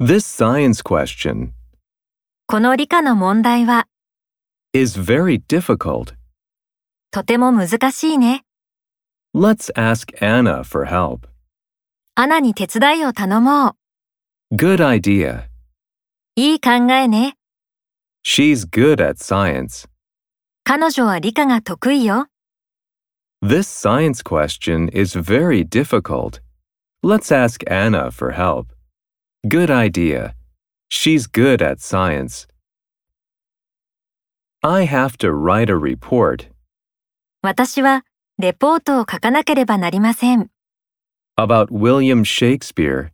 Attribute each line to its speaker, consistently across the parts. Speaker 1: This science question
Speaker 2: この理科の問題は
Speaker 1: is very difficult.
Speaker 2: とても難しいね。
Speaker 1: Let's ask Anna for help.
Speaker 2: アナに手伝いを頼もう。
Speaker 1: Good idea.
Speaker 2: いい考えね。
Speaker 1: She's good at science.
Speaker 2: 彼女は理科が得意よ。
Speaker 1: This science question is very difficult. Let's ask Anna for help. Good idea. She's good at science. I have to write a report
Speaker 2: 私はレポートを書かなければなりません。
Speaker 1: about William Shakespeare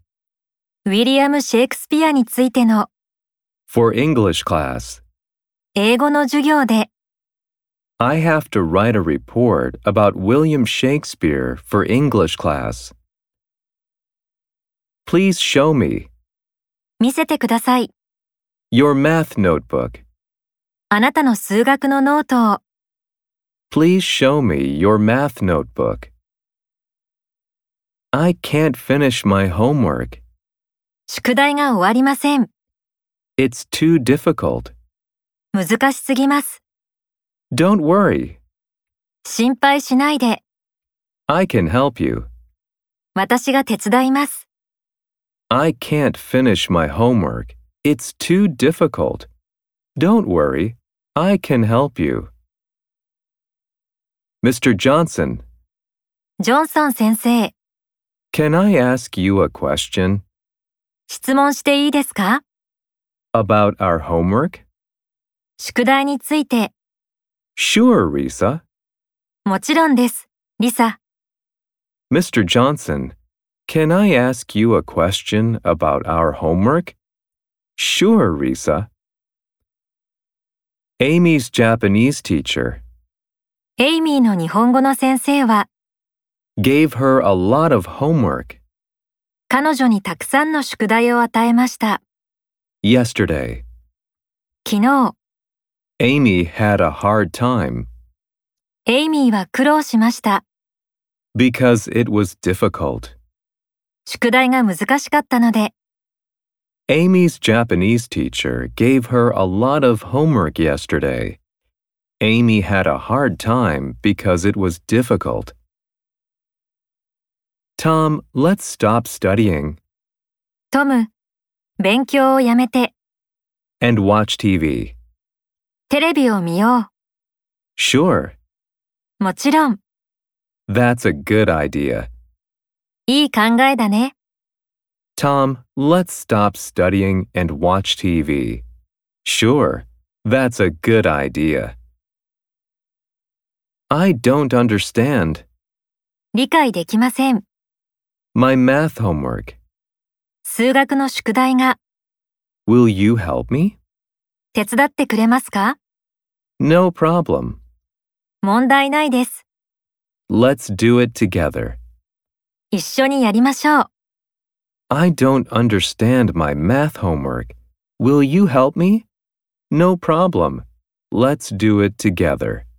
Speaker 2: ウィリアム・シェイクスピアについての
Speaker 1: for English class.
Speaker 2: 英語の授業で
Speaker 1: I have to write a report about William Shakespeare for English class. Please show me
Speaker 2: 見せてください。
Speaker 1: your math notebook.
Speaker 2: あなたの数学のノートを
Speaker 1: Please show me your math notebook. I can't finish my homework.
Speaker 2: 宿題が終わりません。
Speaker 1: It's too difficult.
Speaker 2: 難しすぎます。
Speaker 1: Don't worry.
Speaker 2: 心配しないで。
Speaker 1: I can help you.
Speaker 2: 私が手伝います。
Speaker 1: I can't finish my homework. It's too difficult. Don't worry. I can help you. Mr. Johnson,
Speaker 2: ジョンソン先生、
Speaker 1: can I ask you a question
Speaker 2: 質問していいですか
Speaker 1: about our homework?
Speaker 2: 宿題について、
Speaker 1: Sure, Risa.
Speaker 2: もちろんです。リサ、
Speaker 1: Mr. Johnson, can I ask you a question about our homework? Sure, Risa. Amy's Japanese teacher
Speaker 2: エイミーの日本語の先生は、
Speaker 1: gave her a lot of homework
Speaker 2: 彼女にたくさんの宿題を与えました。
Speaker 1: yesterday.
Speaker 2: 昨日、
Speaker 1: Amy had a hard time
Speaker 2: エイミーは苦労しました。
Speaker 1: because it was difficult.
Speaker 2: 宿題が難しかったので、
Speaker 1: Amy's Japanese teacher gave her a lot of homework yesterday. Amy had a hard time because it was difficult. Tom, let's stop studying
Speaker 2: トム、勉強をやめて、
Speaker 1: and watch TV.
Speaker 2: テレビを見よ
Speaker 1: Sure,
Speaker 2: う。もちろん、
Speaker 1: that's a good idea.
Speaker 2: いい考えだね。
Speaker 1: Tom, let's stop studying and watch TV. Sure, that's a good idea. I don't understand
Speaker 2: 理解できません。
Speaker 1: my math homework.
Speaker 2: 数学の宿題が、
Speaker 1: Will you help me?
Speaker 2: 手伝ってくれますか
Speaker 1: No problem.
Speaker 2: 問題ないです。
Speaker 1: Let's do it together.
Speaker 2: 一緒にやりましょう。
Speaker 1: I don't understand my math homework. Will you help me? No problem. Let's do it together.